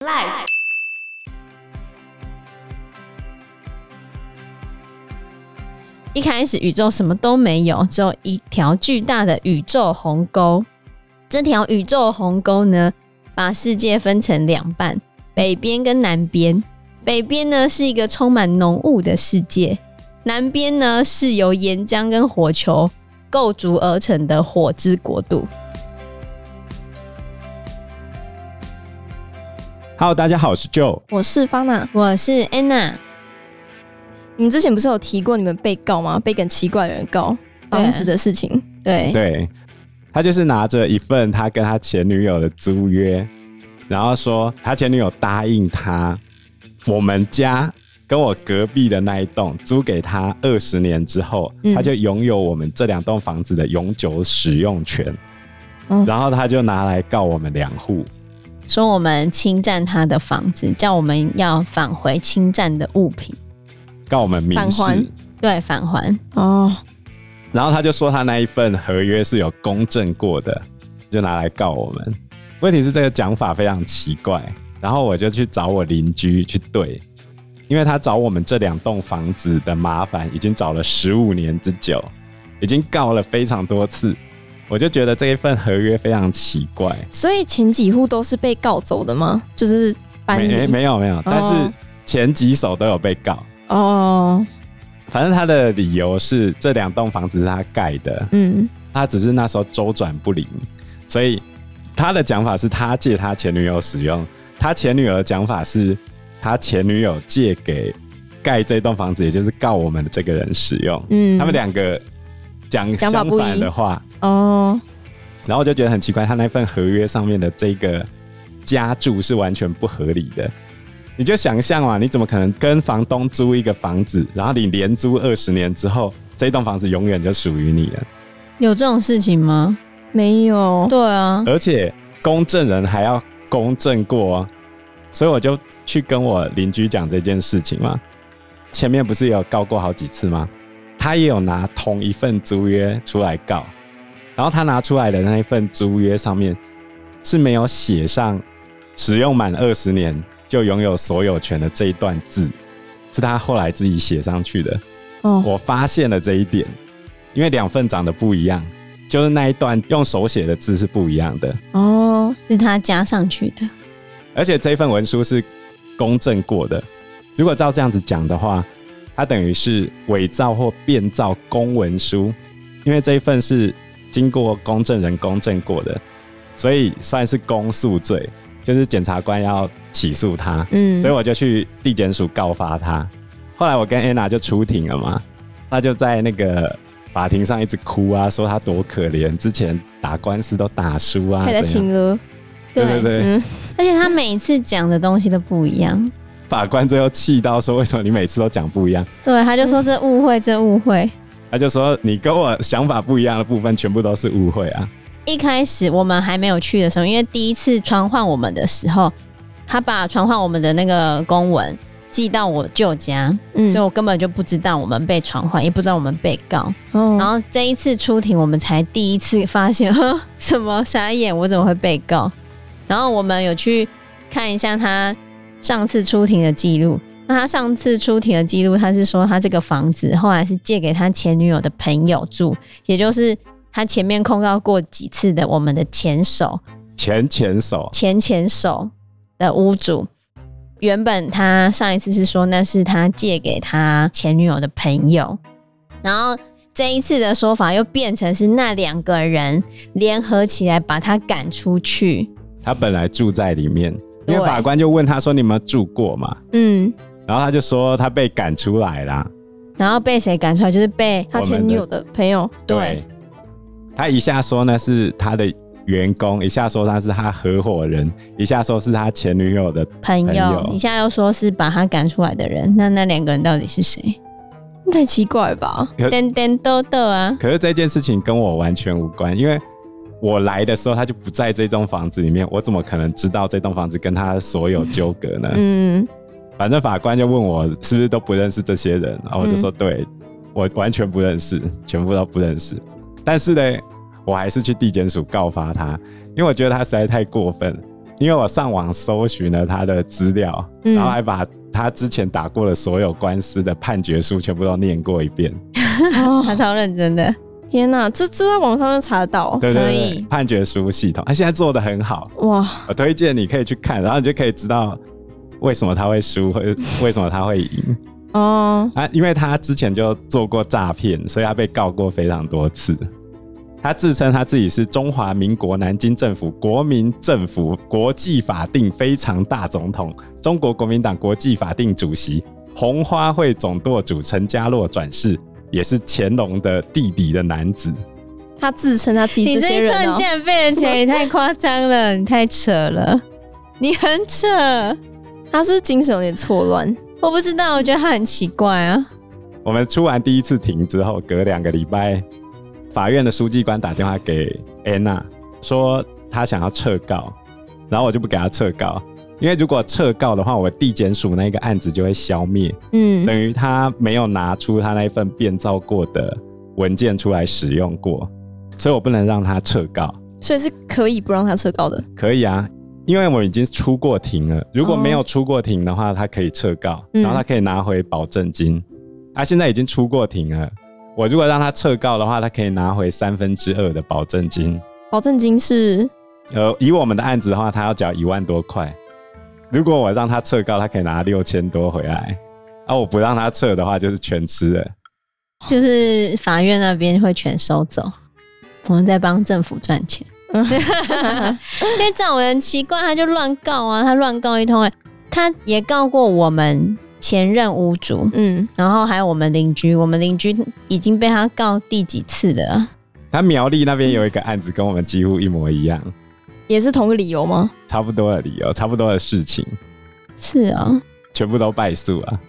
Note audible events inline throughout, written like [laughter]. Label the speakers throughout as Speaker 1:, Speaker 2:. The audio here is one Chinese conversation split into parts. Speaker 1: Life。一开始宇宙什么都没有，只有一条巨大的宇宙鸿沟。这条宇宙鸿沟呢，把世界分成两半，北边跟南边。北边呢是一个充满浓雾的世界，南边呢是由岩浆跟火球构筑而成的火之国度。
Speaker 2: Hello，大家好，我是 Joe。
Speaker 3: 我是方娜。
Speaker 1: 我是 Anna，
Speaker 3: 你们之前不是有提过你们被告吗？被很奇怪的人告
Speaker 1: 对
Speaker 3: 房子的事情。
Speaker 1: 对
Speaker 2: 对，他就是拿着一份他跟他前女友的租约，然后说他前女友答应他，我们家跟我隔壁的那一栋租给他二十年之后，
Speaker 1: 嗯
Speaker 2: 他就拥有我们这两栋房子的永久使用权。
Speaker 3: 嗯
Speaker 2: 然后他就拿来告我们两户，
Speaker 1: 说我们侵占他的房子，叫我们要返回侵占的物品，
Speaker 2: 告我们民
Speaker 3: 返
Speaker 2: 事。
Speaker 3: 还
Speaker 1: 对，返还。
Speaker 3: 哦，
Speaker 2: 然后他就说他那一份合约是有公证过的，就拿来告我们。问题是这个讲法非常奇怪，然后我就去找我邻居去对，因为他找我们这两栋房子的麻烦已经找了十五年之久，已经告了非常多次，我就觉得这一份合约非常奇怪。
Speaker 3: 所以前几户都是被告走的吗？就是搬
Speaker 2: 没
Speaker 3: 离
Speaker 2: 没有没有，但是前几手都有被告。
Speaker 3: 哦，
Speaker 2: 反正他的理由是这两栋房子是他盖的，
Speaker 3: 嗯，
Speaker 2: 他只是那时候周转不灵，所以他的讲法是他借他前女友使用，他前女友的讲法是他前女友借给盖这栋房子，也就是告我们的这个人使用。
Speaker 3: 嗯
Speaker 2: 他们两个讲
Speaker 3: 讲法
Speaker 2: 相
Speaker 3: 不一
Speaker 2: 反的话，
Speaker 3: 哦，
Speaker 2: 然后我就觉得很奇怪，他那份合约上面的这个加注是完全不合理的。你就想象嘛，你怎么可能跟房东租一个房子，然后你连租二十年之后，这栋房子永远就属于你了？
Speaker 1: 有这种事情吗？
Speaker 3: 没
Speaker 2: 哦
Speaker 3: 有，
Speaker 1: 对啊，
Speaker 2: 而且公证人还要公证过、啊，所以我就去跟我邻居讲这件事情嘛。前面不是有告过好几次吗？他也有拿同一份租约出来告，然后他拿出来的那一份租约上面是没有写上使用满二十年就拥有所有权的这一段字，是他后来自己写上去的。
Speaker 3: 哦，
Speaker 2: 我发现了这一点，因为两份长得不一样，就是那一段用手写的字是不一样的，
Speaker 3: 哦，
Speaker 1: 是他加上去的。
Speaker 2: 而且这份文书是公证过的。如果照这样子讲的话，它等于是伪造或变造公文书，因为这一份是经过公证人公证过的，所以算是公诉罪，就是检察官要起诉他。
Speaker 3: 嗯
Speaker 2: 所以，我就去地检署告发他。后来我跟 Anna 就出庭了嘛，他就在那个法庭上一直哭啊，说他多可怜，之前打官司都打输啊，
Speaker 3: 可以再
Speaker 2: 怎样
Speaker 3: 请了，
Speaker 2: 对对对，
Speaker 3: 嗯，
Speaker 1: 而且他每一次讲的东西都不一样。
Speaker 2: 法官最后气到说，为什么你每次都讲不一样？
Speaker 1: 对，他就说这误会，这误会。
Speaker 2: 他就说你跟我想法不一样的部分全部都是误会啊。
Speaker 1: 一开始我们还没有去的时候，因为第一次传唤我们的时候，他把传唤我们的那个公文寄到我舅家，
Speaker 3: 嗯，
Speaker 1: 所以我根本就不知道我们被传唤，也不知道我们被告。然
Speaker 3: 哦，
Speaker 1: 后这一次出庭，我们才第一次发现， [laughs] 呵，什么傻眼，我怎么会被告？然后我们有去看一下他上次出庭的记录。那他上次出庭的记录，他是说他这个房子后来是借给他前女友的朋友住，也就是他前面控告过几次的我们的前手、
Speaker 2: 前前手，
Speaker 1: 前前手的屋主。原本他上一次是说那是他借给他前女友的朋友，然后这一次的说法又变成是那两个人联合起来把他赶出去。
Speaker 2: 他本来住在里面，因为
Speaker 1: 对
Speaker 2: 法官就问他说你有没有住过嘛，
Speaker 3: 嗯，
Speaker 2: 然后他就说他被赶出来啦。
Speaker 1: 然后被谁赶出来？就是被
Speaker 3: 他前女友的朋友，
Speaker 2: 对，他一下说那是他的员工，一下说他是他合伙人，一下说是他前女友的，
Speaker 1: 朋
Speaker 2: 朋
Speaker 1: 友
Speaker 2: 友，
Speaker 1: 你现在又说是把他赶出来的人，那那两个人到底是谁？
Speaker 3: 那太奇怪了吧？
Speaker 2: 呃
Speaker 1: 颠颠豆豆啊，
Speaker 2: 可是这件事情跟我完全无关，因为我来的时候他就不在这栋房子里面，我怎么可能知道这栋房子跟他所有纠葛呢？
Speaker 3: 嗯，
Speaker 2: 反正法官就问我是不是都不认识这些人，然后我就说对，我完全不认识，全部都不认识。但是呢，我还是去地检署告发他，因为我觉得他实在太过分了。因为我上网搜寻了他的资料，
Speaker 3: 嗯
Speaker 2: 然后还把他之前打过的所有官司的判决书全部都念过一遍。
Speaker 1: [laughs] 他超认真的，
Speaker 3: 天哪，这这在网上就查得到哦，
Speaker 2: 对对
Speaker 1: 可
Speaker 2: 对
Speaker 1: 以
Speaker 2: 对，判决书系统，他现在做的很好，
Speaker 3: 哇，
Speaker 2: 我推荐你可以去看，然后你就可以知道为什么他会
Speaker 1: [laughs]
Speaker 2: 输，或者为什么他会赢
Speaker 3: 哦，
Speaker 2: 啊？因为他之前就做过诈骗，所以他被告过非常多次。他自称他自己是中华民国南京政府国民政府国际法定非常大总统，中国国民党国际法定主席，红花会总舵主陈家洛转世，也是乾隆的弟弟的男子。
Speaker 3: 他自称他自己
Speaker 1: 你
Speaker 3: 是
Speaker 1: 这
Speaker 3: 仙
Speaker 1: 一
Speaker 3: 人
Speaker 1: 串
Speaker 3: 哦，
Speaker 1: 竟然背了起来，也太夸张了，你太扯了，你很扯。
Speaker 3: 他是不是精神有点错乱，
Speaker 1: 我不知道，我觉得他很奇怪啊。
Speaker 2: 我们出完第一次庭之后，隔两个礼拜，法院的书记官打电话给安娜，说他想要撤告，然后我就不给他撤告，因为如果撤告的话，我地检署那个案子就会消灭，
Speaker 3: 嗯，
Speaker 2: 等于他没有拿出他那一份变造过的文件出来使用过，所以我不能让他撤告。
Speaker 3: 所以是可以不让他撤告的，
Speaker 2: 可以啊，因为我们已经出过庭了。如果
Speaker 3: 哦
Speaker 2: 没有出过庭的话，他可以撤告，
Speaker 3: 嗯
Speaker 2: 然后他可以拿回保证金。啊，现在已经出过庭了，我如果让他撤告的话，他可以拿回三分之二的保证金。
Speaker 3: 保证金是
Speaker 2: 呃，以我们的案子的话，他要缴一万多块。如果我让他撤告，他可以拿六千多回来。啊，我不让他撤的话，就是全吃了。
Speaker 1: 就是法院那边会全收走，我们在帮政府赚钱。 [laughs] 因为这种人奇怪，他就乱告啊，他乱告一通、欸。他也告过我们前任屋主，
Speaker 3: 嗯，
Speaker 1: 然后还有我们邻居，我们邻居已经被他告第几次了啊？
Speaker 2: 他苗栗那边有一个案子，跟我们几乎一模一样，
Speaker 3: 也是同个理由吗？
Speaker 2: 差不多的理由，差不多的事情。
Speaker 1: 是哦，
Speaker 2: 全部都败诉啊！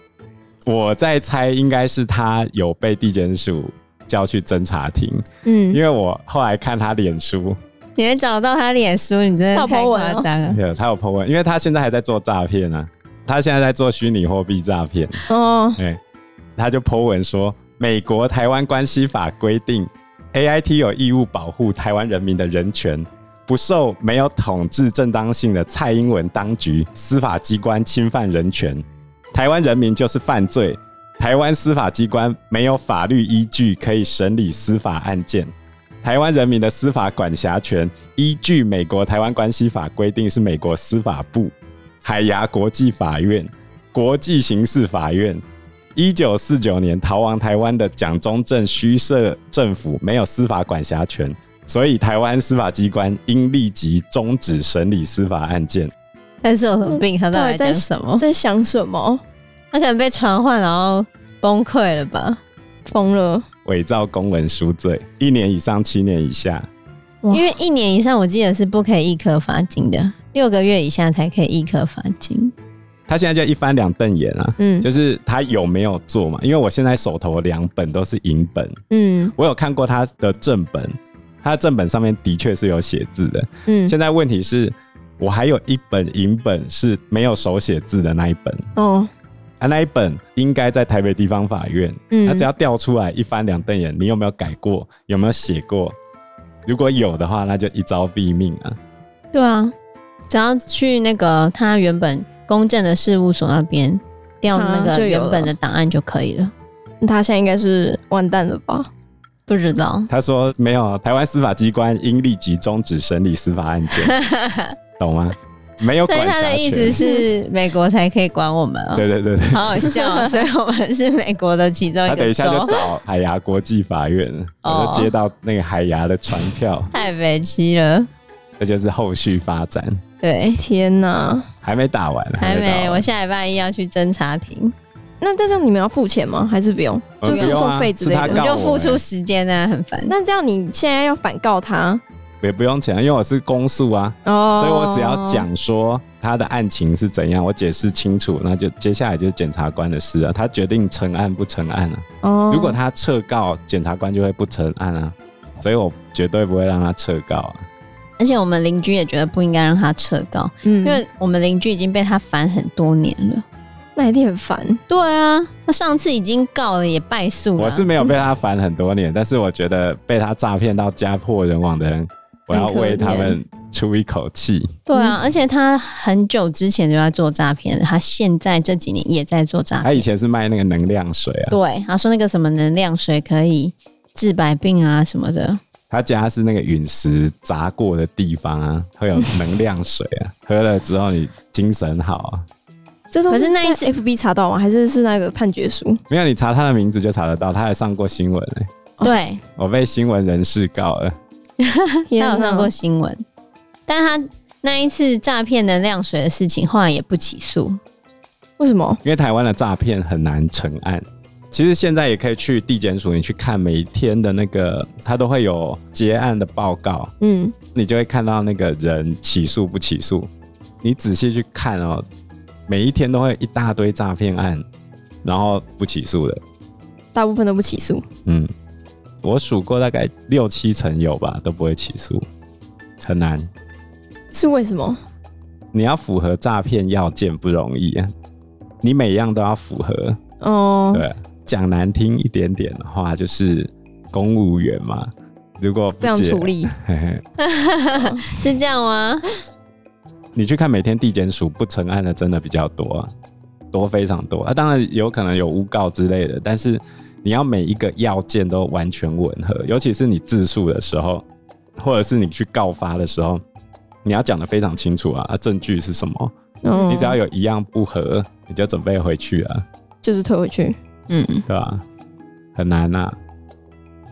Speaker 2: 我在猜，应该是他有被地检署叫去侦查庭，
Speaker 3: 嗯
Speaker 2: 因，为我后来看他脸书，
Speaker 1: 你会找到他脸书，你真的
Speaker 3: 他有 po
Speaker 1: 太
Speaker 3: 文
Speaker 1: 夸
Speaker 3: 哦
Speaker 1: 张 [laughs] 了。
Speaker 2: 有他有 po 文，因为他现在还在做诈骗啊，他现在在做虚拟货币诈骗，
Speaker 3: 哦，
Speaker 2: 哎、他就 po 文说，美国台湾关系法规定，AIT 有义务保护台湾人民的人权。不受没有统治正当性的蔡英文当局司法机关侵犯人权，台湾人民就是犯罪，台湾司法机关没有法律依据可以审理司法案件。台湾人民的司法管辖权依据美国《台湾关系法》规定是美国司法部、海牙国际法院、国际刑事法院。一九四九年逃亡台湾的蒋中正虚设政府没有司法管辖权，所以台湾司法机关应立即终止审理司法案件。
Speaker 1: 但是有什么病？他到底在讲什么？
Speaker 3: 在想什么？
Speaker 1: 他可能被传唤，然后崩溃了吧？
Speaker 3: 疯了，
Speaker 2: 伪造公文书罪，一年以上七年以下。
Speaker 3: 哇
Speaker 1: 因为一年以上，我记得是不可以一颗罚金的，六个月以下才可以一颗罚金。
Speaker 2: 他现在就一翻两瞪眼啊，
Speaker 3: 嗯
Speaker 2: 就是他有没有做嘛？因为我现在手头两本都是银本，
Speaker 3: 嗯
Speaker 2: 我有看过他的正本，他的正本上面的确是有写字的。
Speaker 3: 嗯，
Speaker 2: 现在问题是，我还有一本银本是没有手写字的那一本，
Speaker 3: 哦，
Speaker 2: 啊，那一本应该在台北地方法院，
Speaker 3: 嗯
Speaker 2: 他只要调出来一翻两瞪眼，你有没有改过？有没有写过？如果有的话，那就一招毙命啊！
Speaker 1: 对啊，只要去那个他原本公证的事务所那边调那
Speaker 3: 查就
Speaker 1: 个
Speaker 3: 有
Speaker 1: 原
Speaker 3: 了
Speaker 1: 本的档案就可以了。
Speaker 3: 那他现在应该是完蛋了吧？
Speaker 1: 不知道，
Speaker 2: 他说没有，台湾司法机关应立即终止审理司法案
Speaker 1: [laughs]
Speaker 2: 件，懂吗？没有
Speaker 1: 所
Speaker 2: 管
Speaker 1: 以他
Speaker 2: 辖
Speaker 1: 的意思
Speaker 2: 权。
Speaker 1: 是美国才可以管我们啊、
Speaker 2: 对对对对，
Speaker 1: 好好笑
Speaker 3: [laughs]
Speaker 1: 啊、所以我们是美国的其中一
Speaker 2: 他等
Speaker 1: 个
Speaker 2: 一下就
Speaker 1: 州，
Speaker 2: 找海牙国际法院，
Speaker 1: 哦
Speaker 2: 我就接到那个海牙的传票，
Speaker 1: 太北七了。
Speaker 2: 这就是后续发展，
Speaker 1: 对，
Speaker 3: 天哪，
Speaker 2: 还没打完，
Speaker 1: 还
Speaker 2: 没打
Speaker 1: 没，
Speaker 2: 完
Speaker 1: 我下礼拜一要去侦查庭，
Speaker 3: 那但这样你们要付钱吗？还是不用？
Speaker 2: 呃
Speaker 3: 就
Speaker 2: 不
Speaker 3: 诉
Speaker 2: 用啊
Speaker 3: 讼费之类
Speaker 2: 是他
Speaker 1: 我
Speaker 2: 告
Speaker 3: 的。
Speaker 1: 就
Speaker 2: 我
Speaker 1: 付
Speaker 2: 欸
Speaker 1: 出时间呢、很烦。
Speaker 3: 那这样你现在要反告他
Speaker 2: 也不用钱，因为我是公诉啊，
Speaker 3: 哦
Speaker 2: 所以我只要讲说他的案情是怎样，我解释清楚，那就接下来就是检察官的事啊，他决定成案不成案啊。
Speaker 3: 哦
Speaker 2: 如果他撤告，检察官就会不成案啊，所以我绝对不会让他撤告啊。
Speaker 1: 而且我们邻居也觉得不应该让他撤告，因
Speaker 3: 嗯，
Speaker 1: 为我们邻居已经被他烦很多年了。
Speaker 3: 那一定很烦。
Speaker 1: 对啊，他上次已经告了，也败诉了。
Speaker 2: 我是没有被他烦很多年，但是我觉得被他诈骗到家破人亡的人，我要为他们出一口气。
Speaker 1: 对啊，而且他很久之前就在做诈骗了，他现在这几年也在做诈
Speaker 2: 他以
Speaker 1: 骗。
Speaker 2: 前是卖那个能量水啊，
Speaker 1: 对，他说那个什么能量水可以治百病啊什么的，
Speaker 2: 他家是那个陨石砸过的地方啊，会有能量水啊，喝了之后你精神好啊。
Speaker 3: 这都
Speaker 1: 可是那一
Speaker 3: 在
Speaker 1: 次
Speaker 3: FB 查到吗？还是是那个判决书？
Speaker 2: 没有，你查他的名字就查得到，他还上过新闻欸
Speaker 3: 哦
Speaker 1: 对，
Speaker 2: 我被新闻人士告了。
Speaker 3: 天
Speaker 1: 他有上
Speaker 3: 哪
Speaker 1: 过新闻，但他那一次诈骗能量水的事情，后来也不起诉。
Speaker 3: 为什么？
Speaker 2: 因为台湾的诈骗很难成案。其实现在也可以去地检署，你去看每一天的那个，它都会有结案的报告，
Speaker 3: 嗯，
Speaker 2: 你就会看到那个人起诉不起诉。你仔细去看哦，每一天都会一大堆诈骗案，然后不起诉的。
Speaker 3: 大部分都不起诉。
Speaker 2: 嗯，我数过大概六七成有吧，都不会起诉，很难。
Speaker 3: 是为什么？
Speaker 2: 你要符合诈骗要件不容易啊，你每样都要符合，
Speaker 3: 哦、
Speaker 2: 对，讲难听一点点的话，就是公务员嘛。如果
Speaker 3: 不想
Speaker 2: 解
Speaker 3: 处，理。
Speaker 2: 嘿嘿
Speaker 1: 是这样吗？
Speaker 2: 你去看每天地检署不成案的真的比较多、啊，多非常多。啊，当然有可能有诬告之类的，但是你要每一个要件都完全吻合，尤其是你自诉的时候，或者是你去告发的时候，你要讲的非常清楚啊，啊证据是什么？
Speaker 3: 嗯
Speaker 2: 你只要有一样不合，你就准备回去啊，
Speaker 3: 就是退回去。
Speaker 1: 嗯，
Speaker 2: 对吧、很难啊呐、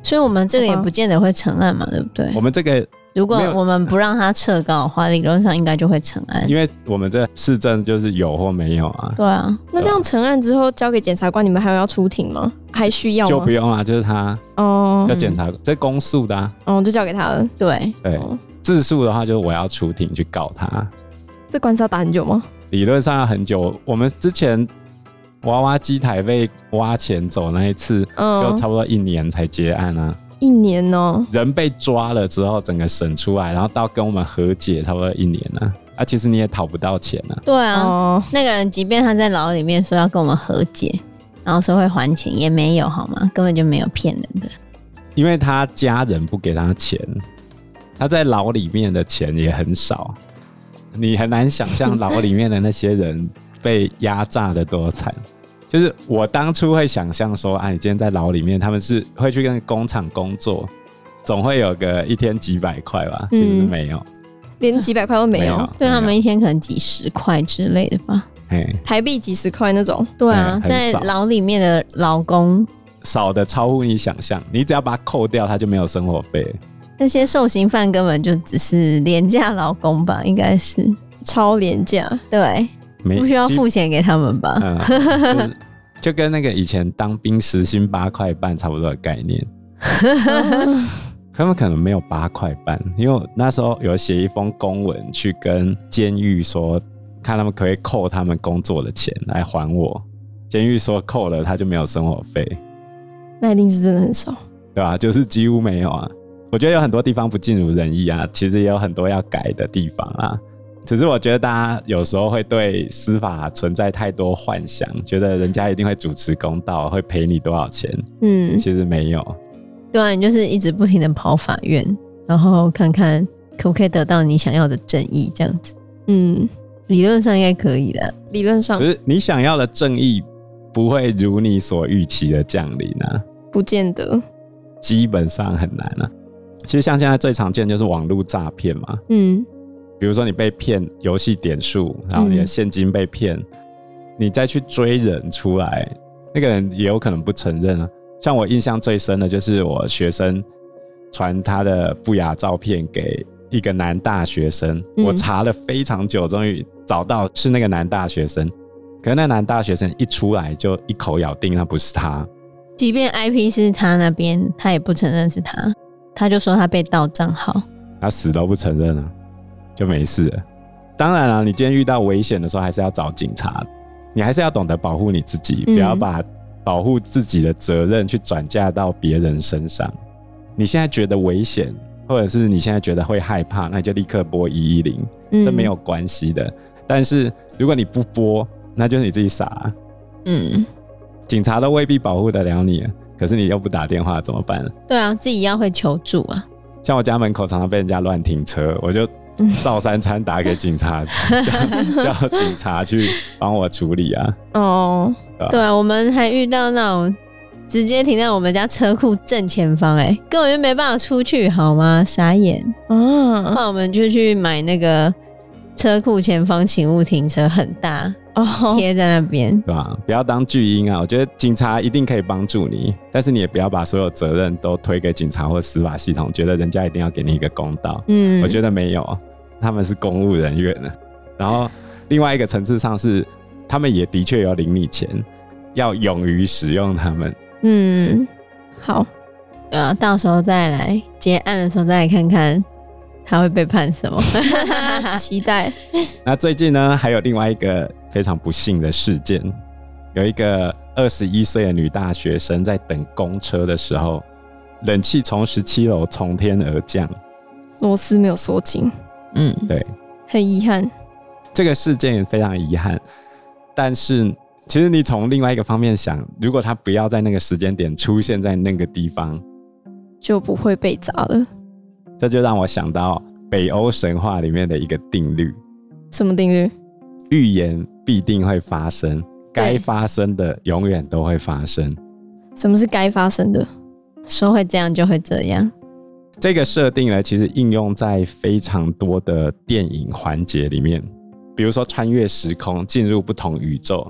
Speaker 1: 所以我们这个也
Speaker 3: 好吧
Speaker 1: 不见得会成案嘛，对不对
Speaker 2: 我？们这
Speaker 3: [laughs]
Speaker 2: 个
Speaker 1: 如果
Speaker 2: 哦没有
Speaker 1: 我们不让他撤告的话，理论上应该就会成案。
Speaker 2: 因为我们这市政就是有或没有啊，
Speaker 1: 对啊，
Speaker 3: 那这样成案之后交给检察官，你们还有要出庭吗？还需要
Speaker 2: 就
Speaker 3: 吗
Speaker 2: 不？用啊，就是他
Speaker 3: 哦
Speaker 2: 要检察这公诉的、啊，
Speaker 3: 哦，就交给他了。
Speaker 1: 对，
Speaker 2: 对，
Speaker 3: 哦，
Speaker 2: 自诉的话就是我要出庭去告他，
Speaker 3: 这官司要打很久吗？
Speaker 2: 理论上要很久。我们之前娃娃机台被挖钱走那一次，就
Speaker 3: 嗯，
Speaker 2: 差不多一年才结案啊。
Speaker 3: 一年哦、
Speaker 2: 人被抓了之后，整个审出来，然后到跟我们和解，差不多一年啊。啊，其实你也讨不到钱啊，
Speaker 1: 对啊。
Speaker 3: 哦，
Speaker 1: 那个人即便他在牢里面说要跟我们和解，然后说会还钱，也没有好吗？根本就没有骗人的。
Speaker 2: 因为他家人不给他钱，他在牢里面的钱也很少，你很难想象牢里面的那些人被压榨的多惨。就是我当初会想象说，啊，你今天在牢里面，他们是会去跟工厂工作，总会有个一天几百块吧，其实是
Speaker 3: 嗯
Speaker 2: 没有，
Speaker 3: 连几百块都没有，
Speaker 1: 对啊他们一天可能几十块之类的吧。
Speaker 2: 哎，
Speaker 3: 台币几十块那种。
Speaker 1: 对啊，
Speaker 2: 嗯很
Speaker 1: 在
Speaker 2: 少
Speaker 1: 牢里面的劳工，
Speaker 2: 少的超乎你想象，你只要把它扣掉，他就没有生活费了。
Speaker 1: 那些受刑犯根本就只是廉价劳工吧，应该是
Speaker 3: 超廉价， [laughs]
Speaker 1: 对，
Speaker 2: 没
Speaker 1: 不需要
Speaker 2: 基
Speaker 1: 付钱给他们吧？
Speaker 2: 嗯，就是就跟那个以前当兵时薪八块半差不多的概念。他们可能没有八块半，因为我那时候有写一封公文去跟监狱说，看他们可不可以扣他们工作的钱来还我。监狱说扣了他就没有生活费，
Speaker 3: 那一定是真的很少。
Speaker 2: 对吧、 [laughs] 就是几乎没有啊。我觉得有很多地方不尽如人意啊，其实也有很多要改的地方啊。只是我觉得大家有时候会对司法存在太多幻想，觉得人家一定会主持公道，会赔你多少钱，
Speaker 3: 嗯，
Speaker 2: 其实没有。
Speaker 1: 对啊，你就是一直不停的跑法院，然后看看可不可以得到你想要的正义，这样子
Speaker 3: 嗯，
Speaker 1: 理论上应该可以的。
Speaker 3: 理论上
Speaker 2: 可是你想要的正义不会如你所预期的降临啊，
Speaker 3: 不见得。
Speaker 2: 基本上很难啊。其实像现在最常见就是网络诈骗嘛，
Speaker 3: 嗯，
Speaker 2: 比如说你被骗游戏点数，然后你的现金被骗，你再去追人出来，那个人也有可能不承认啊。像我印象最深的就是我学生传他的不雅照片给一个男大学生，
Speaker 3: 嗯
Speaker 2: 我查了非常久，终于找到是那个男大学生。可是那男大学生一出来就一口咬定那不是他，
Speaker 1: 即便 IP 是他那边，他也不承认是他，他就说他被盗账号。
Speaker 2: 他死都不承认啊，就没事了。当然了、你今天遇到危险的时候，还是要找警察，你还是要懂得保护你自己，
Speaker 3: 嗯
Speaker 2: 不要把保护自己的责任去转嫁到别人身上。你现在觉得危险，或者是你现在觉得会害怕，那你就立刻拨一一零，
Speaker 3: 嗯
Speaker 2: 这没有关系的。但是如果你不拨，那就是你自己傻啊、
Speaker 1: 嗯，
Speaker 2: 警察都未必保护得了你啊，可是你又不打电话怎么办呢？
Speaker 1: 对啊，自己要会求助啊。
Speaker 2: 像我家门口常常被人家乱停车，我就照三餐打给警察，叫叫警察去帮我处理啊。
Speaker 3: 哦，
Speaker 1: 对啊，我们还遇到那种直接停在我们家车库正前方、哎，根本就没办法出去，好吗？傻眼。
Speaker 3: 啊，
Speaker 1: 后来我们就去买那个车库前方请勿停车，很大，
Speaker 3: 哦，
Speaker 1: 贴在那边。
Speaker 2: 对吧、不要当巨婴啊！我觉得警察一定可以帮助你，但是你也不要把所有责任都推给警察或司法系统，觉得人家一定要给你一个公道。
Speaker 3: 嗯，
Speaker 2: 我觉得没有，他们是公务人员呢。然后另外一个层次上是，他们也的确有领你钱，要勇于使用他们。
Speaker 3: 嗯，好， [laughs]
Speaker 1: 对啊，到时候再来结案的时候再来看看他会被判什么。
Speaker 3: 期待，
Speaker 2: 那最近呢，还有另外一个非常不幸的事件，有一个二十一岁的女大学生在等公车的时候，冷气从十七楼从天而降。
Speaker 3: 螺丝没有锁紧，
Speaker 1: 嗯，
Speaker 2: 对，
Speaker 3: 很遗憾，
Speaker 2: 这个事件也非常遗憾，但是其实你从另外一个方面想，如果她不要在那个时间点出现在那个地方，
Speaker 3: 就不会被砸了。
Speaker 2: 这就让我想到北欧神话里面的一个定律：
Speaker 3: 什么定律？
Speaker 2: 预言必定会发生，该发生的永远都会发生。
Speaker 3: 什么是该发生的？
Speaker 1: 说会这样就会这样。
Speaker 2: 这个设定呢，其实应用在非常多的电影环节里面，比如说穿越时空进入不同宇宙，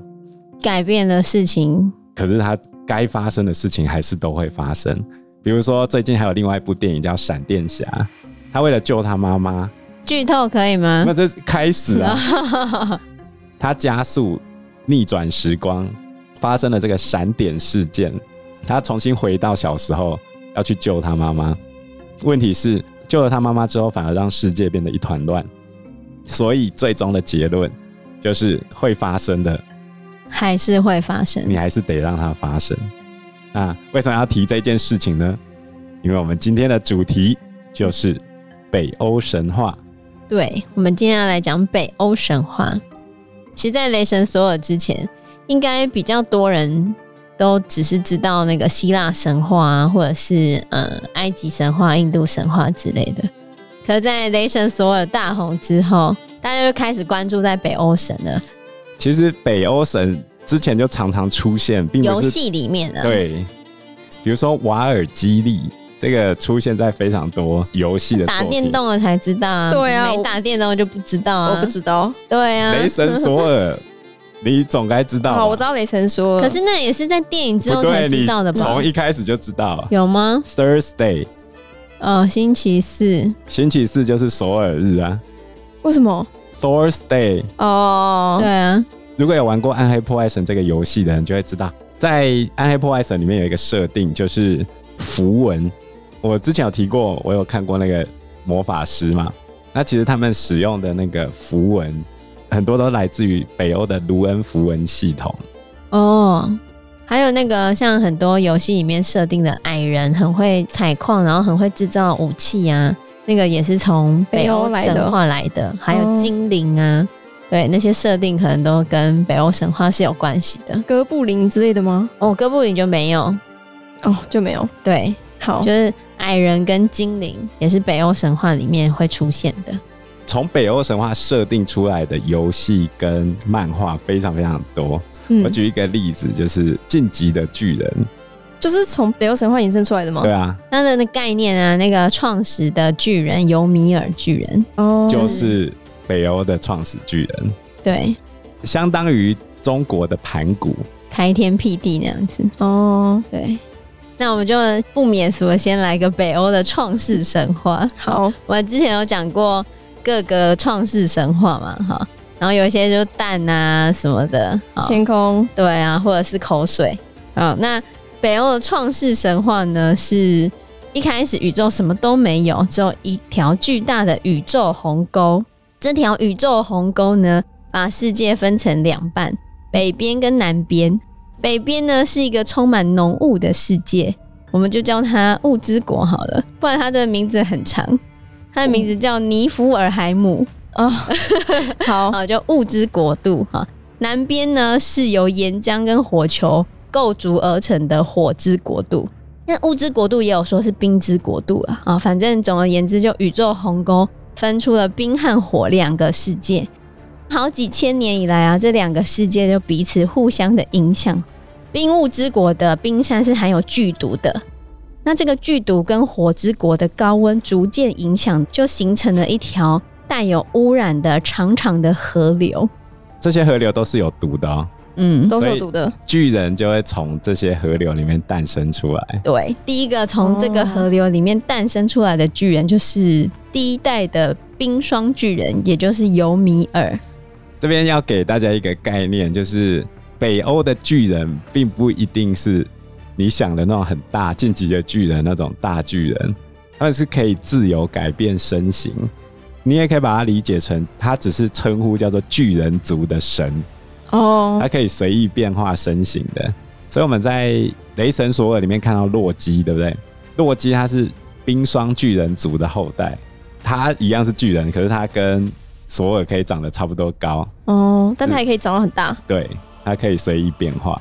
Speaker 1: 改变的事情，
Speaker 2: 可是它该发生的事情还是都会发生。比如说最近还有另外一部电影叫《闪电侠》，他为了救他妈妈，
Speaker 1: 剧透可以吗
Speaker 2: 那？这是开始啊，他加速逆转时光，发生了这个闪点事件，他重新回到小时候要去救他妈妈。问题是，救了他妈妈之后，反而让世界变得一团乱，所以最终的结论就是会发生的，
Speaker 1: 还是会发生
Speaker 2: 你。还是得让它发生。那为什么要提这件事情呢？因为我们今天的主题就是北欧神话。
Speaker 1: 对，我们今天要来讲北欧神话。其实，在雷神索尔之前，应该比较多人都只是知道那个希腊神话啊，或者是呃埃及神话、印度神话之类的。可是在雷神索尔大红之后，大家就开始关注在北欧神了，
Speaker 2: 其实北欧神之前就常常出现，并
Speaker 1: 游
Speaker 2: 不是
Speaker 1: 戏里面啊，
Speaker 2: 对，比如说瓦尔基利这个出现在非常多游戏的
Speaker 1: 打
Speaker 2: 作品
Speaker 1: 电。动了才知道啊，
Speaker 3: 对啊
Speaker 1: 没
Speaker 3: 我
Speaker 1: 打电动就不知道啊，
Speaker 3: 我不知道。
Speaker 1: 对啊，哦
Speaker 2: 雷神索尔，你总该知道吧。
Speaker 3: 好，我知道雷神说，
Speaker 1: 可是那也是在电影之
Speaker 2: 不
Speaker 1: 后
Speaker 2: 对，
Speaker 1: 才
Speaker 2: 你
Speaker 1: 知道的吧
Speaker 2: 从？一开始就知道。
Speaker 1: 有吗？
Speaker 2: Thursday，
Speaker 1: 呃，星期四，
Speaker 2: 星期四就是索尔日啊。
Speaker 3: 为什么？
Speaker 2: Thursday，
Speaker 3: 哦
Speaker 1: 对，啊，
Speaker 2: 如果有玩过《暗黑破坏神》这个游戏的人就会知道，在《暗黑破坏神》里面有一个设定就是符文。我之前有提过，我有看过那个魔法师嘛，那其实他们使用的那个符文很多都来自于北欧的卢恩符文系统。
Speaker 1: 哦，还有那个像很多游戏里面设定的矮人很会采矿，然后很会制造武器啊，那个也是从北欧
Speaker 3: 北欧来的
Speaker 1: 神话来的，还有
Speaker 3: 哦
Speaker 1: 精灵啊，对，那些设定可能都跟北欧神话是有关系的。
Speaker 3: 哥布林之类的吗？
Speaker 1: 哦，哥布林就没有，
Speaker 3: 哦，就没有。
Speaker 1: 对，
Speaker 3: 好
Speaker 1: 就，是矮人跟精灵也是北欧神话里面会出现的。
Speaker 2: 从北欧神话设定出来的游戏跟漫画非常非常多。
Speaker 3: 嗯
Speaker 2: 我，举一个例子，就是《晋级的巨人》。
Speaker 3: 就是从北欧神话衍生出来的吗
Speaker 2: 对？啊，
Speaker 1: 它的那概念啊，那个创始的巨人尤米尔巨人，
Speaker 3: 哦，
Speaker 2: 就是北欧的创始巨人，
Speaker 1: 对，
Speaker 2: 相当于中国的盘古。
Speaker 1: 开天辟地那样子。
Speaker 3: 哦，
Speaker 1: 对，那我们就不免俗，先来个北欧的创世神话。
Speaker 3: 好，
Speaker 1: 我之前有讲过各个创世神话嘛，哈，然后有一些就蛋啊什么的，好
Speaker 3: 天空，
Speaker 1: 对啊，或者是口水。嗯，那北欧的创世神话呢，是一开始宇宙什么都没有，只有一条巨大的宇宙鸿沟。这条宇宙鸿沟呢，把世界分成两半，北边跟南边。北边呢是一个充满浓雾的世界，我们就叫它雾之国好了，不然它的名字很长。它的名字叫尼福尔海姆。
Speaker 3: [laughs] 好，
Speaker 1: 啊，就物之国度哈、南边呢是由岩浆跟火球构筑而成的火之国度。那物之国度也有说是冰之国度了啊，反正总而言之，就宇宙鸿沟分出了冰和火两个世界。好几千年以来啊，这两个世界就彼此互相的影响。冰雾之国的冰山是含有剧毒的，那这个剧毒跟火之国的高温逐渐影响，就形成了一条带有污染的长长的河流。
Speaker 2: 这些河流都是有毒的哦，
Speaker 1: 嗯，
Speaker 3: 都
Speaker 2: 所
Speaker 3: 是有
Speaker 2: 以
Speaker 3: 毒的。
Speaker 2: 巨人就会从这些河流里面诞生出来。
Speaker 1: 对，第一个从这个河流里面诞生出来的巨人，就是第一代的冰霜巨人，也就是尤米尔。
Speaker 2: 这边要给大家一个概念，就是北欧的巨人并不一定是你想的那种很大晋级的巨人那种大巨人，他们是可以自由改变身形。你也可以把它理解成，他只是称呼叫做巨人族的神，
Speaker 3: 哦，
Speaker 2: 它可以随意变化身形的。所以我们在《雷神索尔》里面看到洛基，对不对？洛基他是冰霜巨人族的后代，他一样是巨人，可是他跟索尔可以长得差不多高，
Speaker 3: 哦，但它也可以长到很大。
Speaker 2: 对，它可以随意变化。